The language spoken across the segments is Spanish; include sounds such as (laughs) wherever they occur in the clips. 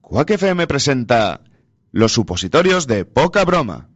Quack FM presenta Los supositorios de poca broma.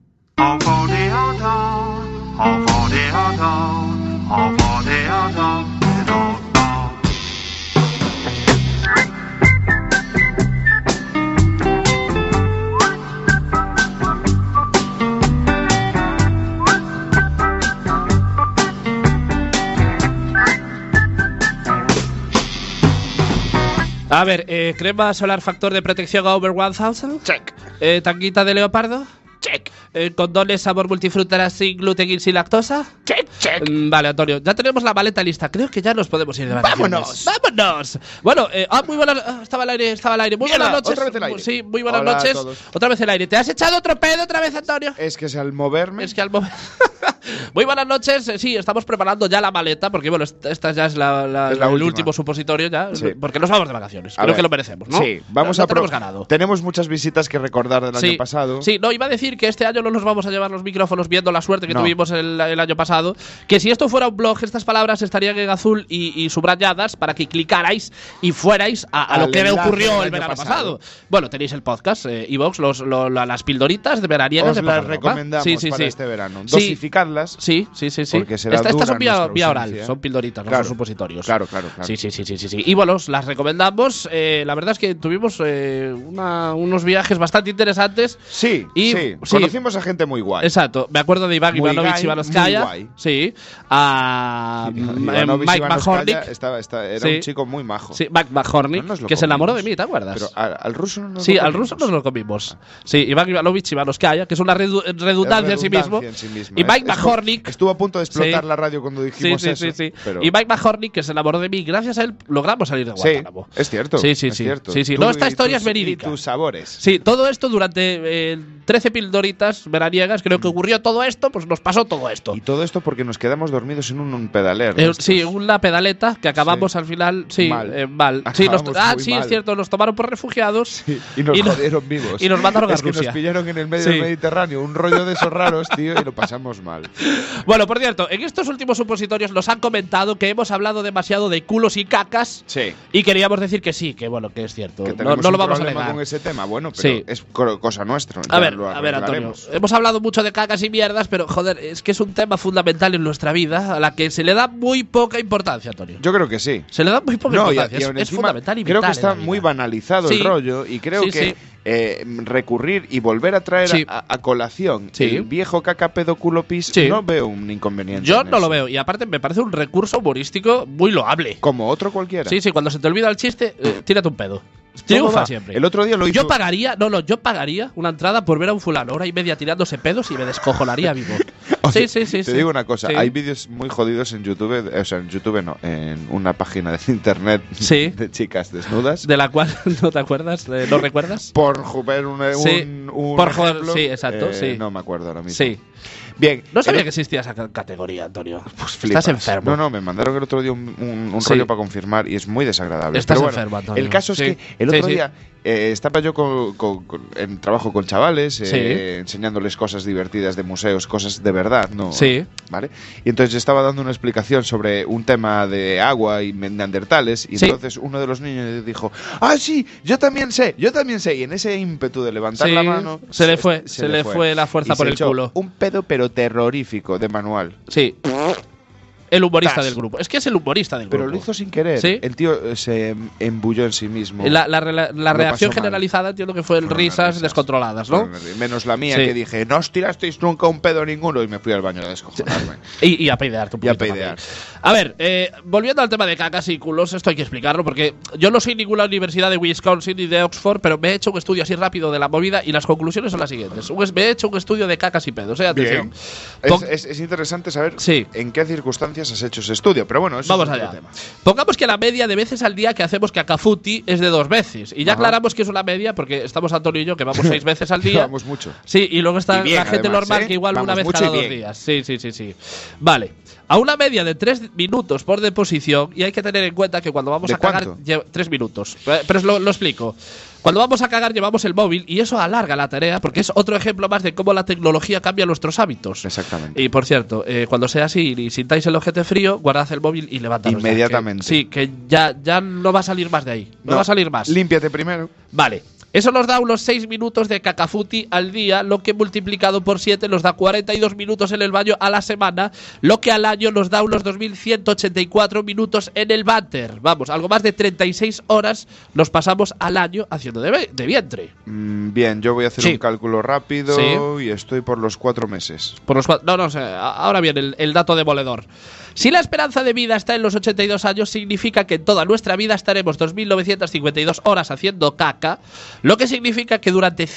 A ver, eh, crema solar factor de protección over 1000. Check. Eh, tanguita de leopardo. Check. Eh, condones sabor multifrutas sin gluten y sin lactosa. Check, check. Mm, Vale, Antonio, ya tenemos la maleta lista. Creo que ya nos podemos ir de vacaciones. ¡Vámonos! ¡Vámonos! Bueno, eh, ah, muy buenas… ah, Estaba el aire, estaba el aire. Muy Mierda, buenas noches. otra vez el aire. Sí, muy buenas Hola a noches. todos. Otra vez el aire. ¿Te has echado otro pedo otra vez, Antonio? Es que es al moverme. Es que al momen- (laughs) Muy buenas noches. Eh, Sí, estamos preparando ya la maleta, porque bueno, esta, esta ya es, la, la- Es la el última. último supositorio ya, Sí. porque nos vamos de vacaciones. A Creo ver. que lo merecemos, ¿no? Sí, vamos Ya- a ya tenemos pro- ganado. Tenemos muchas visitas que recordar del Sí, año pasado. Sí, no, iba a decir que este año no nos vamos a llevar los micrófonos viendo la suerte que No. tuvimos el, el año pasado. Que si esto fuera un blog, estas palabras estarían en azul y, y subrayadas para que clicarais y fuerais a, a lo Al que me enlace ocurrió del el año verano pasado. pasado. Bueno, tenéis el podcast, eh, Evox, los- lo- la- las pildoritas de veraniegas Os de las Poca Broma. recomendamos Sí, sí, para sí. este verano. Sí. Dosificadlas. Sí, sí, sí, sí. Porque será Esta- estas dura son vía, nuestra vía oral, ausencia. ¿eh? son pildoritas, no Claro. son supositorios. Claro, claro, claro. Sí, sí, sí, sí, sí, sí. Y bueno, os las recomendamos. Eh, la verdad es que tuvimos eh, una- unos viajes bastante interesantes. Sí, Y- sí. sí. Conocimos a gente muy guay. (laughs) Exacto, me acuerdo de Iván Muy Ivanovich guay, muy Ivanovskaya. guay. Sí. A mm, eh, Ivanovic Mike Ivanovskaya Mahornik. estaba- estaba- era Sí. un chico muy majo. Sí, Mike Mahornik, No nos lo que se enamoró de comimos. mí, ¿te acuerdas? Pero al, al ruso no nos sí, lo al comimos. ruso nos lo comimos. Sí, Iván Ivanovich Ivanovskaya, que es una redu- redundancia, en sí mismo. redundancia en sí misma. Y Mike Es- es- Mahornik. Estuvo a punto de explotar Sí. la radio cuando Sí, dijimos sí, eso. sí, sí. pero- Y Mike Mahornik, que se enamoró de mí, gracias a él logramos salir de Sí, Guantánamo. es cierto. Sí, sí, es sí. cierto. Sí, sí. Tú No, esta y historia es tus- verídica. Y tus sabores. Sí, todo esto durante eh, 13 pildoritas veraniegas, creo que ocurrió todo esto, pues nos pasó todo esto. Y todo esto porque nos quedamos dormidos en un, un pedaler. Eh, de estos. sí, una pedaleta que acabamos Sí. al final, sí, eh, mal. Mal. Sí, nos- Acabamos ah, muy sí, es mal. cierto, nos tomaron por refugiados. Y nos y no- jodieron vivos. y nos mandaron a es que Rusia. nos pillaron en el medio Sí. del Mediterráneo. Un rollo de esos raros, tío, y lo pasamos mal. Bueno, por cierto, en estos últimos supositorios nos han comentado que hemos hablado demasiado de culos y cacas Sí. y queríamos decir que sí, que bueno, que es cierto. Que no tenemos no un lo vamos a problema negar. con ese tema. Bueno, pero Sí. es co- cosa nuestra. A ya ver, lo a ver, Antonio. arreglaremos. Hemos hablado mucho de cacas y mierdas, pero joder, es que es un tema fundamental en nuestra vida a la que se le da muy poca importancia, Antonio. Yo creo que sí. se le da muy poca No, y- importancia. y es- aún es, encima fundamental y Creo vital que en la está vida. muy banalizado Sí. el rollo y creo Sí, que sí. eh, recurrir y volver a traer Sí. a, a colación Sí. el viejo caca pedo culo pis Sí. no veo un inconveniente. Yo en no eso. lo veo. Y aparte me parece un recurso humorístico muy loable. Como otro cualquiera. Sí, sí, cuando se te olvida el chiste, eh, tírate un pedo. Triunfa va. siempre. El otro día lo hizo. Yo pagaría, no, no, yo pagaría una entrada por ver a un fulano hora y media tirándose pedos y me (laughs) descojolaría vivo. sí, sí, sí. Te sí. digo una cosa, Sí. hay vídeos muy jodidos en YouTube, de- o sea, en YouTube no, en una página de internet Sí. (laughs) de chicas desnudas. de la cual (laughs) no te acuerdas, Eh, no recuerdas. por jugar un, un- Sí, un por joder, ejemplo, eh, sí, exacto, sí. No me acuerdo ahora mismo. Sí. Bien. No sabía el- que existía esa ca- categoría, (laughs) Antonio. Pues flipas. Estás enfermo. No, no, me mandaron el otro día un, un- un Sí. rollo para confirmar y es muy desagradable. Estás Pero bueno, enfermo, Antonio. El caso es Sí. que el Sí, otro sí. día eh, estaba yo con- con- con- en trabajo con chavales, eh, Sí. enseñándoles cosas divertidas de museos, cosas de verdad, ¿no? Sí. ¿Vale? Y entonces yo estaba dando una explicación sobre un tema de agua y neandertales y Sí. entonces uno de los niños dijo, ah, sí, yo también sé, yo también sé. Y en ese ímpetu de levantar Sí, la mano... se le fue, se le fue la fuerza Y por se el echó culo. Un pedo pero terrorífico de manual. Sí. El humorista Tas. del grupo. Es que es el humorista del Pero grupo. lo hizo sin querer. Sí. El tío eh, se em- embulló en sí mismo. La, la rela- la Lo reacción pasó mal. generalizada entiendo que fue el Fueron risas, unas risas. descontroladas, ¿no? Bueno, Menos la mía Sí. que dije, no os tirasteis nunca un pedo ninguno y me fui al baño a (laughs) descojonarme. Y, y a peidear tu Y a peidear. A ver, eh, volviendo al tema de cacas y culos, esto hay que explicarlo porque yo no soy ninguna universidad de Wisconsin ni de Oxford, pero me he hecho un estudio así rápido de la movida y las conclusiones son las siguientes. Un es- Me he hecho un estudio de cacas y pedos, eh, atención. Es, Pon- es- es interesante saber Sí. en qué circunstancias has hecho ese estudio. Pero bueno, eso Vamos es otro allá. tema. Pongamos que la media de veces al día que hacemos cacafuti es de dos veces. Y ya Ajá. aclaramos que es una media porque estamos Antonio y yo que vamos seis (laughs) veces al día. Vamos mucho. Sí, y luego está Y bien, la gente además, normal ¿eh? que igual Vamos una vez mucho cada y dos bien. días. Sí, sí, sí, sí. Vale. A una media de tres minutos por deposición, y hay que tener en cuenta que cuando vamos ¿De a cagar, cuánto? lle- tres minutos. Eh, Pero os lo, lo explico. Cuando vamos a cagar llevamos el móvil y eso alarga la tarea porque es otro ejemplo más de cómo la tecnología cambia nuestros hábitos. Exactamente. Y por cierto, eh, cuando sea así y sintáis el ojete frío, guardad el móvil y levantaros. ya, Inmediatamente. que- sí, que ya, ya no va a salir más de ahí. No, va a salir más. Límpiate primero. Vale. Eso nos da unos 6 minutos de cacafuti al día, lo que multiplicado por 7 nos da 42 minutos en el baño a la semana, lo que al año nos da unos 2184 minutos en el váter. Vamos, algo más de 36 horas nos pasamos al año haciendo de, ve- de vientre. Mm, bien, yo voy a hacer Sí. un cálculo rápido Sí. y estoy por los cuatro meses. Por los cua- no, no sé. a- Ahora bien, el, el dato demoledor. Si la esperanza de vida está en los 82 años, significa que en toda nuestra vida estaremos 2.952 horas haciendo caca, lo que significa que durante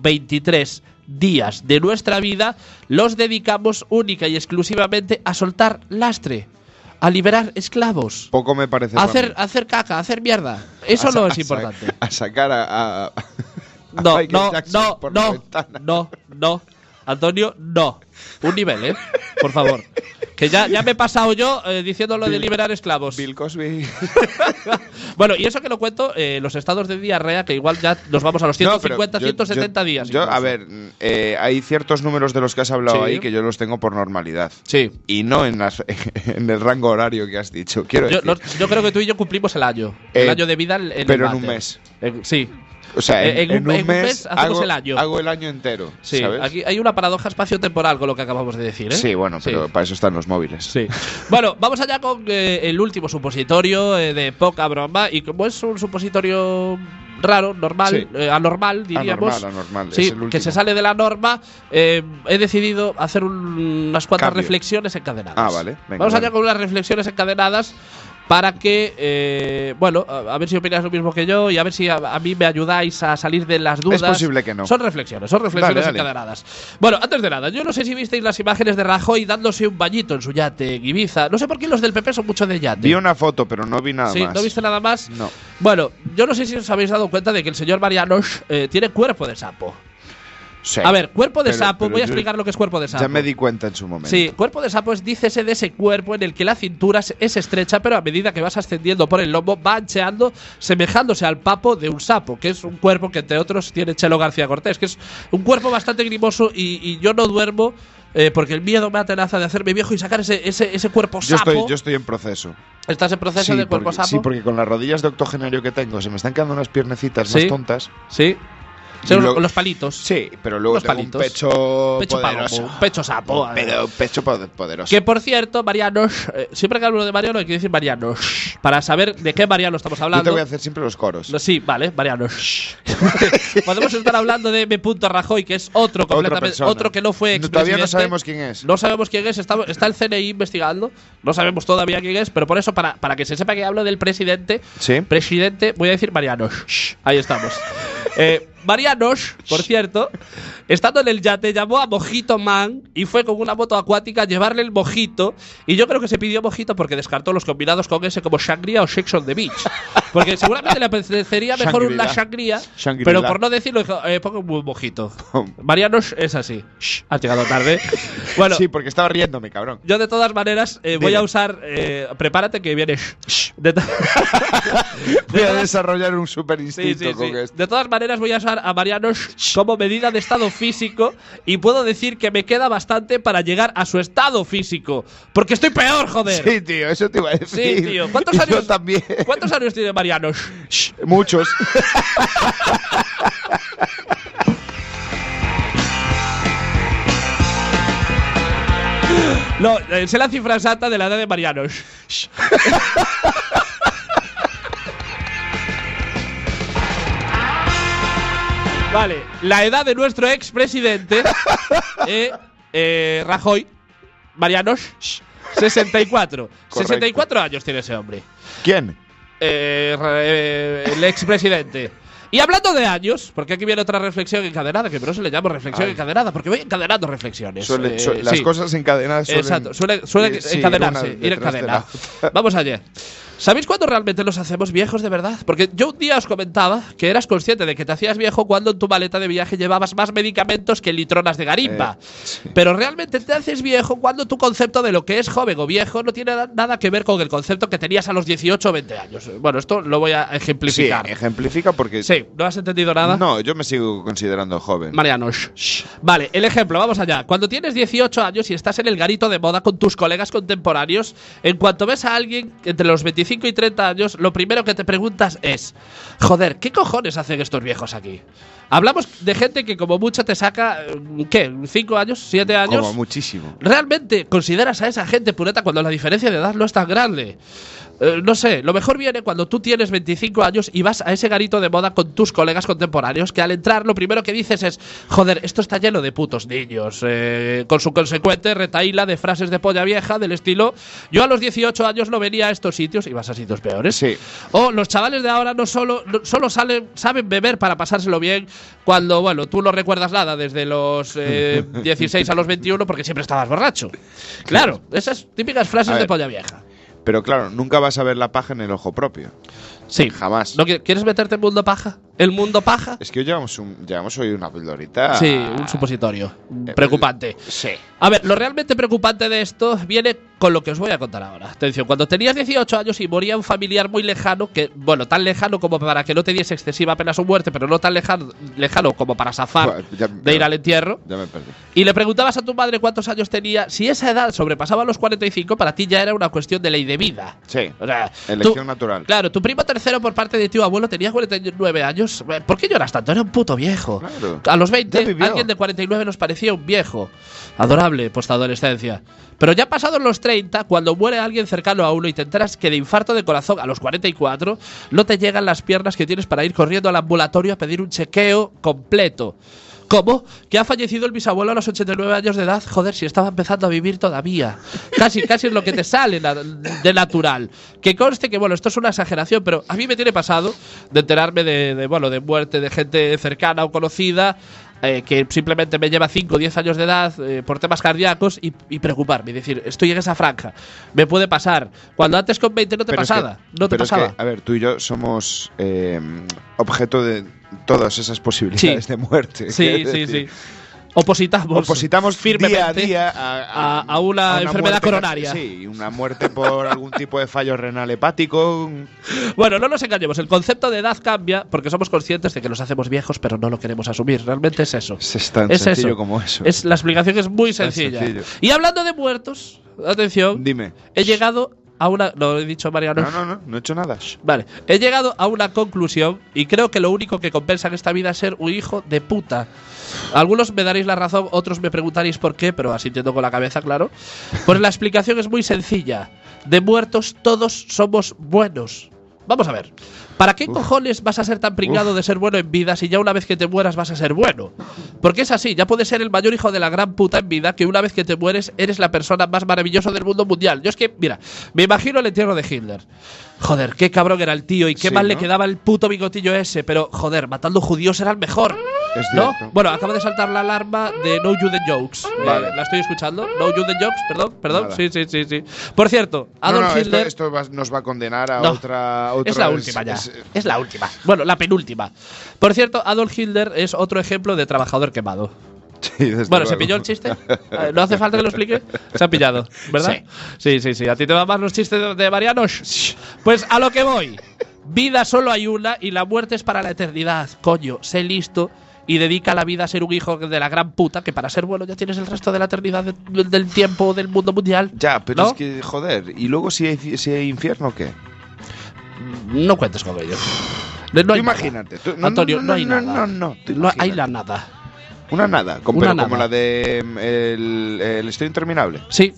123 días de nuestra vida los dedicamos única y exclusivamente a soltar lastre, a liberar esclavos, Poco me parece. a para hacer, mí. a hacer caca, a hacer mierda. (laughs) Eso A sa- no a es sa- importante. A sacar a. a- a No, Michael no, Jackson no, por la no, ventana. no, no. Antonio, no. Un nivel, ¿eh? Por favor. Que ya, ya me he pasado yo eh, diciendo lo de Bill- liberar esclavos. Bill Cosby. Bueno, y eso que lo cuento, eh, los estados de diarrea, que igual ya nos vamos a los No, pero 150, yo- 170 yo- días. yo, a incluso. ver, eh, hay ciertos números de los que has hablado Sí. ahí que yo los tengo por normalidad. Sí. Y no en, las- (laughs) en el rango horario que has dicho. Quiero Yo, decir, no- yo creo que tú y yo cumplimos el año. el Eh, año de vida en el pero en váter. un mes. En- sí. o sea, en, eh, en un- en un, en un mes, mes hacemos hago, el año. hago el año entero. Sí. ¿sabes? Aquí hay una paradoja espacio-temporal con lo que acabamos de decir, ¿eh? Sí, bueno, pero para eso están los móviles. Sí. Bueno, vamos allá con eh, el último supositorio eh, de poca broma. Y como es un supositorio raro, normal, Sí. eh, anormal, diríamos. Anormal, anormal, es Sí, el que último. se sale de la norma. eh, he decidido hacer un- unas cuantas Cambio. reflexiones encadenadas. Ah, vale, venga, vamos allá vale. con unas reflexiones encadenadas para que, eh, bueno, a, a ver si opináis lo mismo que yo y a ver si a, a mí me ayudáis a salir de las dudas. posible que no. Son reflexiones, son reflexiones Dale, dale. encadenadas. Bueno, antes de nada, yo no sé si visteis las imágenes de Rajoy dándose un bañito en su yate en Ibiza. No sé por qué los del PP son mucho de yate. Vi una foto, pero no vi nada Sí, más. ¿no viste nada más? No. Bueno, yo no sé si os habéis dado cuenta de que el señor Marianosh eh, tiene cuerpo de sapo. Sí. A ver, cuerpo de Pero- sapo, pero voy a yo- explicar lo que es cuerpo de sapo. Ya me di cuenta en su momento. Sí, cuerpo de sapo es dícese de ese cuerpo en el que la cintura es- es estrecha, pero a medida que vas ascendiendo por el lomo va ancheando, semejándose al papo de un sapo, que es un cuerpo que entre otros tiene Chelo García Cortés, que es un cuerpo bastante grimoso y, y yo no duermo eh, porque el miedo me atenaza de hacerme viejo y sacar ese, ese, ese cuerpo Yo sapo. estoy, yo estoy en proceso. ¿Estás en proceso sí, de cuerpo porque, sapo? sí, porque con las rodillas de octogenario que tengo se me están quedando unas piernecitas Sí. más tontas. Sí. Son lo- los palitos. Sí, pero luego Unos tengo palitos. un pecho, Pecho poderoso. palomo, pecho sapo, Un pedo- pecho pod- poderoso. Que por cierto, Marianos, eh, siempre que hablo de Mariano hay que decir Marianos, para saber de qué Mariano estamos Yo te hablando. voy a hacer siempre los coros. No, sí, vale, (laughs) Marianos. Podemos estar hablando de M. Rajoy, que es otro Otra completamente, persona. otro que no fue No, Todavía no expresidente. sabemos quién es. No sabemos quién es, está, está el CNI investigando, no sabemos todavía quién es, pero por eso, para, para que se sepa que hablo del presidente, Sí. presidente, voy a decir Marianos. Ahí estamos. Eh, Marianos, por cierto, estando en el yate, llamó a Mojito Man y fue con una moto acuática a llevarle el mojito. Y yo creo que se pidió mojito porque descartó los combinados con ese como sangría o sex on the beach. Porque seguramente le apetecería mejor una Shangri-La. sangría, Shangri-La. pero por no decirlo, dijo, eh, pongo (laughs) un mojito. Marianos es así. Ha llegado tarde. Bueno, sí, porque estaba riéndome, cabrón. yo de todas maneras eh, voy Dime. a usar. eh, prepárate que viene. shh. De, to- (laughs) Voy de a todas- desarrollar un super sí, instinto sí, con sí. esto. De todas maneras voy a usar a Marianos como medida de estado físico y puedo decir que me queda bastante para llegar a su estado físico. Porque estoy peor, joder. Sí, tío, eso te iba a decir. Sí, tío. ¿Cuántos Y yo años- también. ¿Cuántos años tiene Marianos? (laughs) Muchos. No, eh, sé la cifra exacta de la edad de (laughs) Marianos. Vale, la edad de nuestro expresidente, eh, eh, Rajoy, Marianos, 64. 64 años tiene ese hombre, ¿Quién? eh, ra- eh, el expresidente. Y hablando de años, porque aquí viene otra reflexión encadenada, que no se le llama reflexión Ay. encadenada, porque voy encadenando reflexiones. Suele- eh, su- las sí. cosas encadenadas suelen, Exacto, suele, suele sí, encadenarse, ir una ir en detrás de cadena. la otra. Vamos allá. ¿Sabéis cuándo realmente nos hacemos viejos de verdad? Porque yo un día os comentaba que eras consciente de que te hacías viejo cuando en tu maleta de viaje llevabas más medicamentos que litronas de garimba. Eh, Pero realmente te haces viejo cuando tu concepto de lo que es joven o viejo no tiene na- nada que ver con el concepto que tenías a los 18 o 20 años. Bueno, esto lo voy a Sí, ejemplificar. Sí, ejemplifica porque. ¿no has entendido nada? No, yo me sigo considerando joven. Marianos. Vale, el ejemplo, vamos allá. Cuando tienes 18 años y estás en el garito de moda con tus colegas contemporáneos, en cuanto ves a alguien entre los 25 25 y 30 años, lo primero que te preguntas es, joder, ¿qué cojones hacen estos viejos aquí? Hablamos de gente que como mucho te saca, eh, ¿qué? ¿5 años? ¿7 años? Como muchísimo. ¿Realmente consideras a esa gente pureta cuando la diferencia de edad no es tan grande? Eh, no sé, lo mejor viene cuando tú tienes 25 años y vas a ese garito de moda con tus colegas contemporáneos, que al entrar lo primero que dices es, joder, esto está lleno de putos niños, eh, con su consecuente retaíla de frases de polla vieja del estilo, yo a los 18 años no venía a estos sitios y vas a sitios peores. Sí. O los chavales de ahora no solo, no- solo salen, saben beber para pasárselo bien cuando, bueno, tú no recuerdas nada desde los (laughs) eh, 16 a los 21 porque siempre estabas borracho. Claro, esas típicas A frases de ver. polla vieja. Pero claro, nunca vas a ver la paja en el ojo propio. Sí. Jamás. ¿No qui- ¿Quieres meterte en mundo paja? ¿El mundo paja? Es que hoy llevamos, un, llevamos hoy una pildorita. Sí, un supositorio. Preocupante. Eh, Sí. A ver, lo realmente preocupante de esto viene con lo que os voy a contar ahora. Atención, cuando tenías 18 años y moría un familiar muy lejano, que, bueno, tan lejano como para que no te diese excesiva pena su muerte, pero no tan lejano, lejano como para zafar Bueno, ya- de ir al entierro, Ya me perdí. y le preguntabas a tu madre cuántos años tenía, si esa edad sobrepasaba los 45, para ti ya era una cuestión de ley de vida. Sí. O sea, Elección tú- natural. Claro, tu primo tercero por parte de tío abuelo tenía 49 años. Eh, ¿Por qué lloras tanto? Era un puto viejo. Claro. A los Ya 20, vivió. alguien de 49 nos parecía un viejo. Adorable, postadolescencia. Pero ya pasados los 30, cuando muere alguien cercano a uno y te enteras que de infarto de corazón a los 44, no te llegan las piernas que tienes para ir corriendo al ambulatorio a pedir un chequeo completo. ¿Cómo? ¿Que ha fallecido el bisabuelo a los 89 años de edad? Joder, si estaba empezando a vivir todavía. Casi, casi es lo que te sale na- de natural. Que conste que, bueno, esto es una exageración, pero a mí me tiene pasado de enterarme de, de, bueno, de muerte de gente cercana o conocida eh, que simplemente me lleva 5 o 10 años de edad eh, por temas cardíacos y, y preocuparme. Y decir, estoy en esa franja, me puede pasar. Cuando antes con 20 no te Pero es que- pasaba. no te pero es que, pasaba. a ver, tú y yo somos eh, objeto de todas esas posibilidades Sí. de muerte. sí, quiero sí, sí. decir. Opositamos. Opositamos firmemente. día a día a, a- a una enfermedad muerte- coronaria. Sí, una muerte por algún tipo de fallo renal hepático. Bueno, no nos engañemos, el concepto de edad cambia porque somos conscientes de que nos hacemos viejos, pero no lo queremos asumir. Realmente es eso. Es tan Es sencillo eso. como eso. Es, la explicación es muy sencilla. sencillo. Y hablando de muertos, atención, Dime. he llegado a una. No, he dicho Mariano. No, no, no, no he hecho nada. Vale, he llegado a una conclusión y creo que lo único que compensa en esta vida es ser un hijo de puta. Algunos me daréis la razón, otros me preguntaréis por qué, pero asintiendo con la cabeza, claro. Pues la explicación es muy sencilla. De muertos todos somos buenos. Vamos a ver, ¿para qué cojones vas a ser tan pringado de ser bueno en vida si ya una vez que te mueras vas a ser bueno? Porque es así, ya puedes ser el mayor hijo de la gran puta en vida que una vez que te mueres eres la persona más maravillosa del mundo mundial. Yo es que, mira, me imagino el entierro de Hitler. Joder, qué cabrón era el tío y qué Sí, mal le ¿no? quedaba el puto bigotillo ese, pero joder, matando judíos era el mejor. Es ¿No? cierto. Bueno, acaba de saltar la alarma de No You the Jokes. Eh, Vale. la estoy escuchando. No You the Jokes, perdón, perdón. Nada. Sí, sí, sí, sí. Por cierto, No, Adolf no, esto, Hitler. esto va- nos va a condenar a No. otra, a Es otra- la última ya. es- eh, Es, la última. Bueno, la penúltima. Por cierto, Adolf Hitler es otro ejemplo de trabajador quemado. Sí, desde Bueno, ¿se luego. pilló el chiste? (laughs) Eh, ¿No hace falta que lo explique? Se ha pillado, ¿verdad? Sí, sí, sí. ¿A ti te van más los chistes de- de Marianos? Pues a lo que voy. Vida solo hay una y la muerte es para la eternidad. Coño, sé listo y dedica la vida a ser un hijo de la gran puta, que para ser bueno ya tienes el resto de la eternidad de- del tiempo, del mundo mundial. Ya, pero ¿No? es que, joder, ¿y luego si hay, si hay infierno o qué? No cuentes con ello. No Tú hay nada. imagínate. tú- Antonio, no hay no, No, nada. no, tú No hay imagínate. la nada. Una nada, como, Una pero como nada. la de mm, el, el Estoy Interminable. Sí,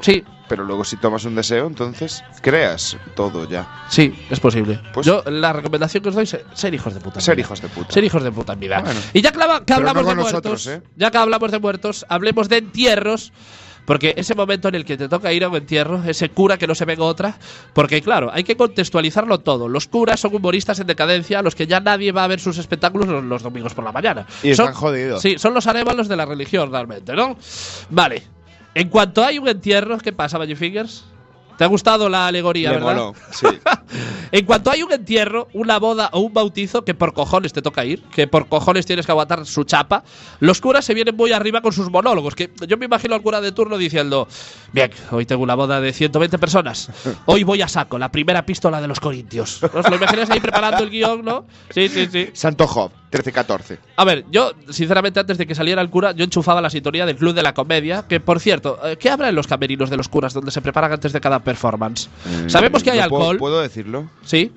sí, Pero luego si tomas un deseo, entonces creas todo ya. sí, es posible. Pues- Yo la recomendación que os doy es ser hijos de puta. en Ser vida. hijos de puta. Ser hijos de puta en vida. Bueno. Y ya clava- que Pero hablamos no de con muertos, nosotros, ¿eh? ya que hablamos de muertos, hablemos de entierros. Porque ese momento en el que te toca ir a un entierro, ese cura que no se venga otra, porque claro, hay que contextualizarlo todo. Los curas son humoristas en decadencia, a los que ya nadie va a ver sus espectáculos los, los domingos por la mañana. Y Son- están jodidos. Sí, son los arévalos de la religión realmente, ¿no? Vale. En cuanto hay un entierro, ¿qué pasa, Fingers? ¿Te ha gustado la alegoría, Le verdad? moló, sí. En cuanto hay un entierro, una boda o un bautizo, que por cojones te toca ir, que por cojones tienes que aguantar su chapa, los curas se vienen muy arriba con sus monólogos. Que yo me imagino al cura de turno diciendo: Bien, hoy tengo una boda de 120 personas. Hoy voy a saco, la primera epístola de los corintios. ¿Os lo imagináis ahí preparando el guión, no? Sí, sí, sí. (laughs) Santo Job. 13-14. A ver, yo, sinceramente, antes de que saliera el cura, yo enchufaba la sintonía del Club de la Comedia, que por cierto, eh, ¿qué habrá en los camerinos de los curas donde se preparan antes de cada performance? Sabemos que hay ¿Yo Mm, puedo- alcohol, ¿Puedo decirlo? ¿sí?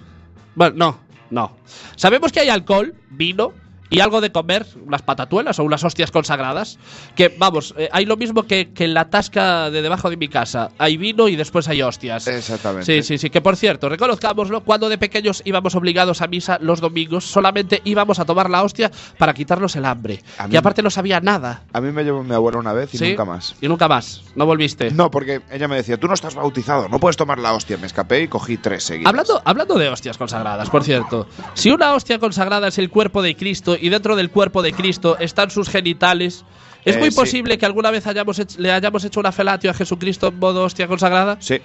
Bueno, no, no. Sabemos que hay alcohol, vino y algo de comer, unas patatuelas o unas hostias consagradas, que vamos, eh, hay lo mismo que, que en la tasca de debajo de mi casa. Hay vino y después hay hostias. Exactamente. Sí, sí, sí. Que por cierto, reconozcámoslo, cuando de pequeños íbamos obligados a misa los domingos, solamente íbamos a tomar la hostia para quitarnos el hambre. A mí- Que aparte no sabía nada. A mí me llevó mi abuela una vez y ¿sí? nunca más. Y nunca más. No volviste. No, porque ella me decía, tú no estás bautizado, no puedes tomar la hostia. Me escapé y cogí tres seguidas. Hablando, hablando de hostias consagradas, por cierto, si una hostia consagrada es el cuerpo de Cristo y dentro del cuerpo de Cristo están sus genitales, ¿es Eh, muy sí. posible que alguna vez hayamos hech- le hayamos hecho una felatio a Jesucristo en modo hostia consagrada? Sí.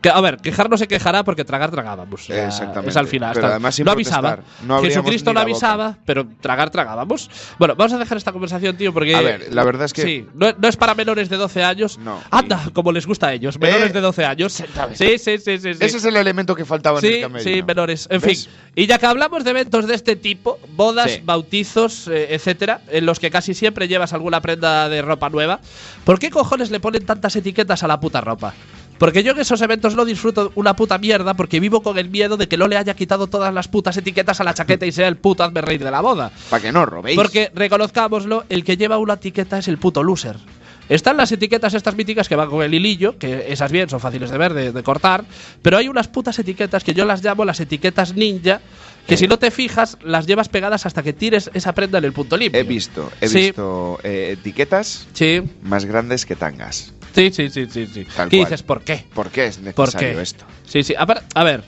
Que, a ver, quejar no se quejará porque tragar tragábamos. O sea, Exactamente. Es al final. Pero está- además sin no avisaba. protestar. No abríamos Jesucristo ni no la boca. avisaba, pero tragar tragábamos. Bueno, vamos a dejar esta conversación, tío, porque. A ver, la verdad es que- Sí, no, no es para menores de 12 años. No. Anda, como les gusta a ellos. Menores Eh, de 12 años. Sí, sí, sí, sí. sí. Ese es el elemento que faltaba en Sí, el camerino. sí, menores. En ¿Ves? fin, y ya que hablamos de eventos de este tipo, bodas, Sí. bautizos, eh, etcétera, en los que casi siempre llevas alguna prenda de ropa nueva, ¿por qué cojones le ponen tantas etiquetas a la puta ropa? Porque yo en esos eventos no disfruto una puta mierda porque vivo con el miedo de que no le haya quitado todas las putas etiquetas a la chaqueta y sea el puto hazme reír de la boda. Para que no robéis. Porque reconozcámoslo, el que lleva una etiqueta es el puto loser. Están las etiquetas estas míticas que van con el hilillo, que esas bien son fáciles de ver, de, de cortar, pero hay unas putas etiquetas que yo las llamo las etiquetas ninja, que si no te fijas las llevas pegadas hasta que tires esa prenda en el punto limpio. He visto, he Sí. visto eh, etiquetas Sí, más grandes que tangas. sí, sí, sí, sí. sí. Tal ¿Qué cual. dices? ¿Por qué? ¿Por qué es ¿Por necesario qué? esto? Sí, sí. Apar- A ver,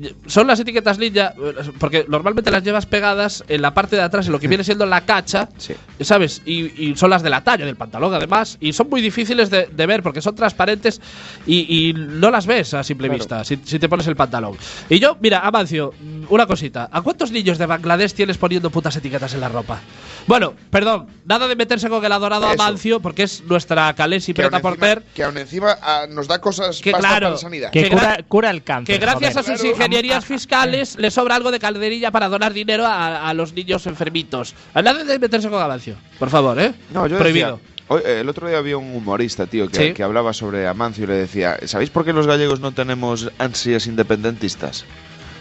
y- son las etiquetas ninja, eh, porque normalmente las llevas pegadas en la parte de (laughs) atrás, en lo que viene siendo la cacha, Sí. ¿sabes? Y, y son las de la talla del pantalón, además, y son muy difíciles de, de ver porque son transparentes y, y no las ves a simple Claro. vista si, si te pones el pantalón. Y yo, mira, Amancio, mm, una cosita. ¿A cuántos niños de Bangladesh tienes poniendo putas etiquetas en la ropa? Bueno, perdón, nada de meterse con el adorado Eso. Amancio, porque es nuestra Calesi Que aún Preta encima, Porter. que aún encima, ah, nos da cosas Que pasta claro, para la sanidad. que Que cura, gra- cura el cáncer. Que gracias a joder. sus ingenierías fiscales le sobra algo de calderilla para donar dinero a, a los niños enfermitos. Nada de meterse con Amancio, por favor, ¿eh? No, yo Prohibido. decía- hoy- eh, el otro día había un humorista, tío, que, Sí. que hablaba sobre Amancio y le decía, ¿sabéis por qué los gallegos no tenemos ansias independentistas?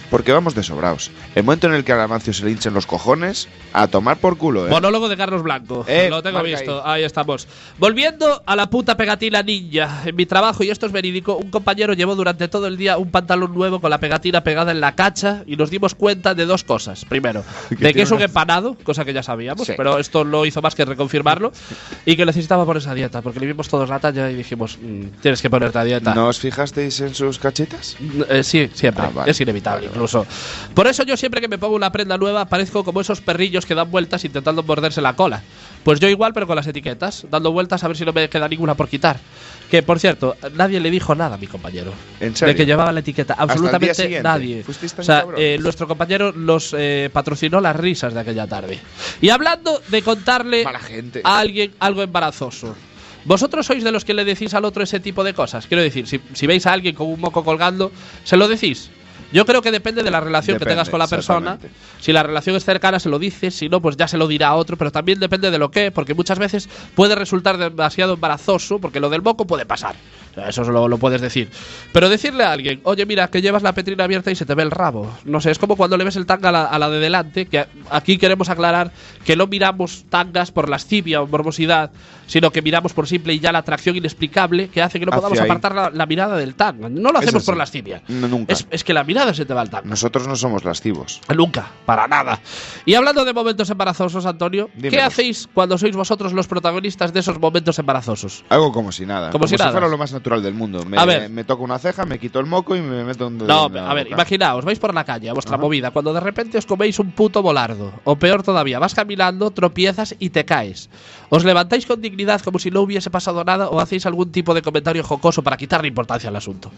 Porque vamos de sobraos. El momento en el que a Amancio se le hinchen los cojones, a tomar por culo, ¿eh? Monólogo de Carlos Blanco. Eh, Lo tengo marca visto. Ahí. estamos. Volviendo a la puta pegatina ninja. En mi trabajo, y esto es verídico, un compañero llevó durante todo el día un pantalón nuevo con la pegatina pegada en la cacha y nos dimos cuenta de dos cosas. (laughs) Primero, de que tiene es un una- empanado, cosa que ya sabíamos, Sí. pero esto no hizo más que reconfirmarlo, y que necesitaba ponerse a dieta, porque le vimos todos la talla y dijimos, "Mm, tienes que ponerte a dieta. ¿No os fijasteis en sus cachetas? Eh, sí, siempre. Ah, vale. es Vale, inevitable, vale. incluso. Por eso yo siempre que me pongo una prenda nueva parezco como esos perrillos que dan vueltas intentando morderse la cola. Pues yo igual, pero con las etiquetas, dando vueltas a ver si no me queda ninguna por quitar. Que, por cierto, nadie le dijo nada a mi compañero. ¿En serio? De que llevaba la etiqueta. el día Absolutamente siguiente. nadie. Fuisteis tan O sea, cabrones. eh, nuestro compañero los eh, patrocinó las risas de aquella tarde. Y hablando de contarle Mala gente. a alguien algo embarazoso. ¿Vosotros sois de los que le decís al otro ese tipo de cosas? Quiero decir, si, si veis a alguien con un moco colgando, ¿se lo decís? Yo creo que depende de la relación que Depende, tengas con la persona. exactamente. Si la relación es cercana, se lo dices. Si no, pues ya se lo dirá a otro. Pero también depende de lo que, porque muchas veces puede resultar demasiado embarazoso, porque lo del moco puede pasar. O sea, Eso lo, lo puedes decir. Pero decirle a alguien, oye, mira, que llevas la petrina abierta y se te ve el rabo. No sé, es como cuando le ves el tanga a la, a la de delante, que aquí queremos aclarar que no miramos tangas por lascivia o morbosidad, sino que miramos por simple y ya la atracción inexplicable que hace que no Hacia podamos ahí. apartar la, la mirada del tanga. No lo Es hacemos así. por lascivia. No, nunca. Es, es que la mirada se te va al tanga. Nosotros no somos lascivos. Nunca, para nada. Y hablando de momentos embarazosos, Antonio, ¿qué Dímelo. hacéis cuando sois vosotros los protagonistas de esos momentos embarazosos? Hago como si nada. Como si nada. fuera lo más natural del mundo. Me, A ver. me toco una ceja, me quito el moco y me meto un dedo No, en la a ver, boca. imaginaos, vais por la calle a vuestra movida, cuando de repente os coméis un puto volardo. O peor todavía, vas caminando, tropiezas y te caes. Os levantáis con dignidad como si no hubiese pasado nada o hacéis algún tipo de comentario jocoso para quitarle importancia al asunto.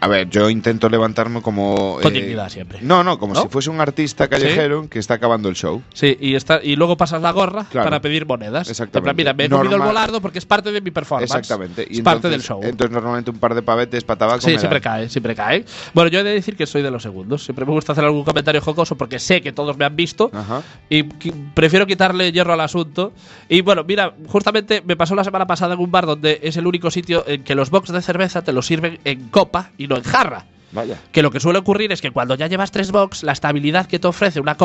A ver, yo intento levantarme como. Con eh, dignidad siempre. No, no, como ¿No? si fuese un artista callejero que está acabando el show. Sí, y, está, y luego pasas la gorra Claro. para pedir monedas. Exactamente. En plan, mira, me he Normal. comido el volardo porque es parte de mi performance. Exactamente. es Y parte del entonces- show. Entonces, normalmente un par de pavetes para tabaco. me Sí, dan. siempre cae, siempre cae. Bueno, yo he de decir que soy de los segundos. Siempre me gusta hacer algún comentario jocoso porque sé que todos me han visto. Ajá. Y qui- prefiero quitarle hierro al asunto. Y bueno, mira, justamente me pasó la semana pasada en un bar donde es el único sitio en que los box de cerveza te los sirven en copa y no en jarra. Vaya. Que lo que suele ocurrir es que cuando ya llevas tres box, la estabilidad que te ofrece una copa